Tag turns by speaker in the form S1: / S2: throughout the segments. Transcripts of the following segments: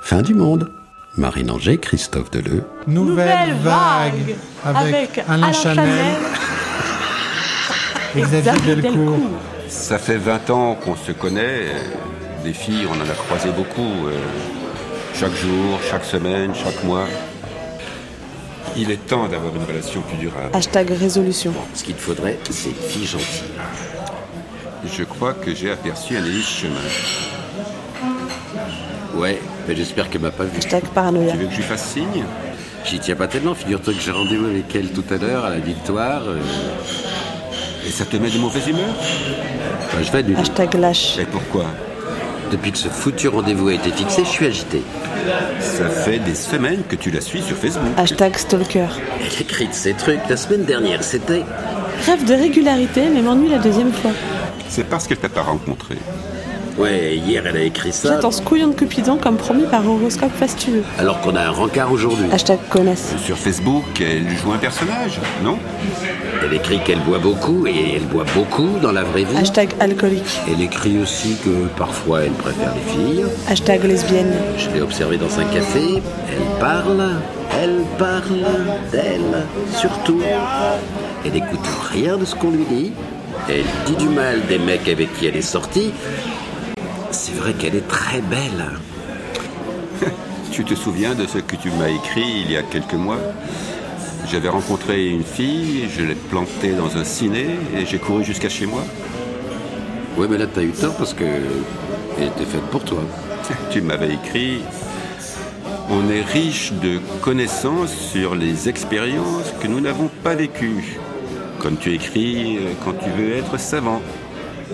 S1: Fin du monde. Marine Angers, Christophe Deleu.
S2: Nouvelle vague avec, Alain Chanel, et Xavier Delcourt.
S3: Ça fait 20 ans qu'on se connaît. Des filles, on en a croisé beaucoup. euh, chaque jour, chaque semaine, chaque mois. Il est temps d'avoir une relation plus durable.
S4: Hashtag résolution.
S5: Ce qu'il te faudrait, c'est une fille gentille.
S3: Je crois que j'ai aperçu un hélice chemin.
S5: Ouais, mais j'espère qu'elle m'a pas vu.
S4: Hashtag paranoïa.
S3: Tu veux que je lui fasse signe
S5: J'y tiens pas tellement, figure-toi que j'ai rendez-vous avec elle tout à l'heure à la victoire. euh,
S3: Et ça te met de mauvaise humeur
S5: enfin, je vais annuler.
S4: Hashtag lâche.
S3: Et pourquoi
S5: Depuis que ce foutu rendez-vous a été fixé, je suis agité.
S3: Ça fait des semaines que tu la suis sur Facebook.
S4: Hashtag stalker.
S5: Elle écrit de ces trucs la semaine dernière, c'était.
S4: Rêve de régularité, mais m'ennuie la deuxième fois.
S3: C'est parce qu'elle t'a pas rencontré.
S5: Ouais, hier elle a écrit ça,
S4: J'attends ce couillon de Cupidon comme promis par horoscope fastueux.
S5: alors qu'on a un rencard aujourd'hui.
S4: Hashtag connasse.
S3: Sur Facebook, elle joue un personnage, non
S5: Elle écrit qu'elle boit beaucoup, et elle boit beaucoup dans la vraie vie.
S4: Hashtag alcoolique.
S5: Elle écrit aussi que parfois elle préfère les filles.
S4: Hashtag lesbienne.
S5: Je l'ai observée dans un café. Elle parle, elle parle d'elle, surtout. Elle n'écoute rien de ce qu'on lui dit. Elle dit du mal des mecs avec qui elle est sortie. C'est vrai qu'elle est très belle.
S3: Tu te souviens de ce que tu m'as écrit il y a quelques mois J'avais rencontré une fille, je l'ai plantée dans un ciné et j'ai couru jusqu'à chez moi.
S5: Ouais, mais là, t'as eu tort parce que elle était faite pour toi.
S3: Tu m'avais écrit On est riche de connaissances sur les expériences que nous n'avons pas vécues. Comme tu écris euh, quand tu veux être savant.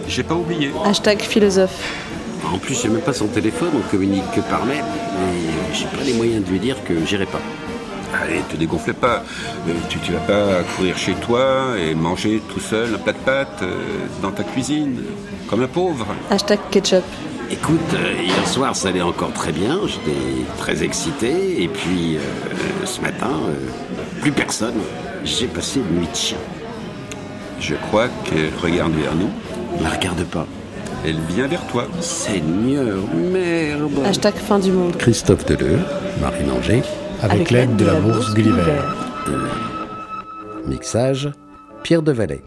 S3: J'ai pas oublié.
S4: Hashtag philosophe.
S5: En plus, j'ai même pas son téléphone, on communique que par mail. Et j'ai pas les moyens de lui dire que j'irai pas.
S3: Allez, te dégonfle pas. Euh, Tu, tu vas pas courir chez toi et manger tout seul un plat de pâtes euh, dans ta cuisine, comme un pauvre.
S4: Hashtag ketchup.
S5: Écoute, euh, hier soir ça allait encore très bien, j'étais très excité, et puis euh, ce matin, euh, plus personne. J'ai passé une nuit de chien.
S3: Je crois qu'elle regarde vers nous.
S5: La regarde pas.
S3: Elle vient vers toi.
S5: Seigneur, merde.
S4: Hashtag fin du monde.
S1: Christophe Deleu, Marine Angers.
S2: Avec l'aide de la bourse Gulliver.
S1: Mixage, Pierre Devalet.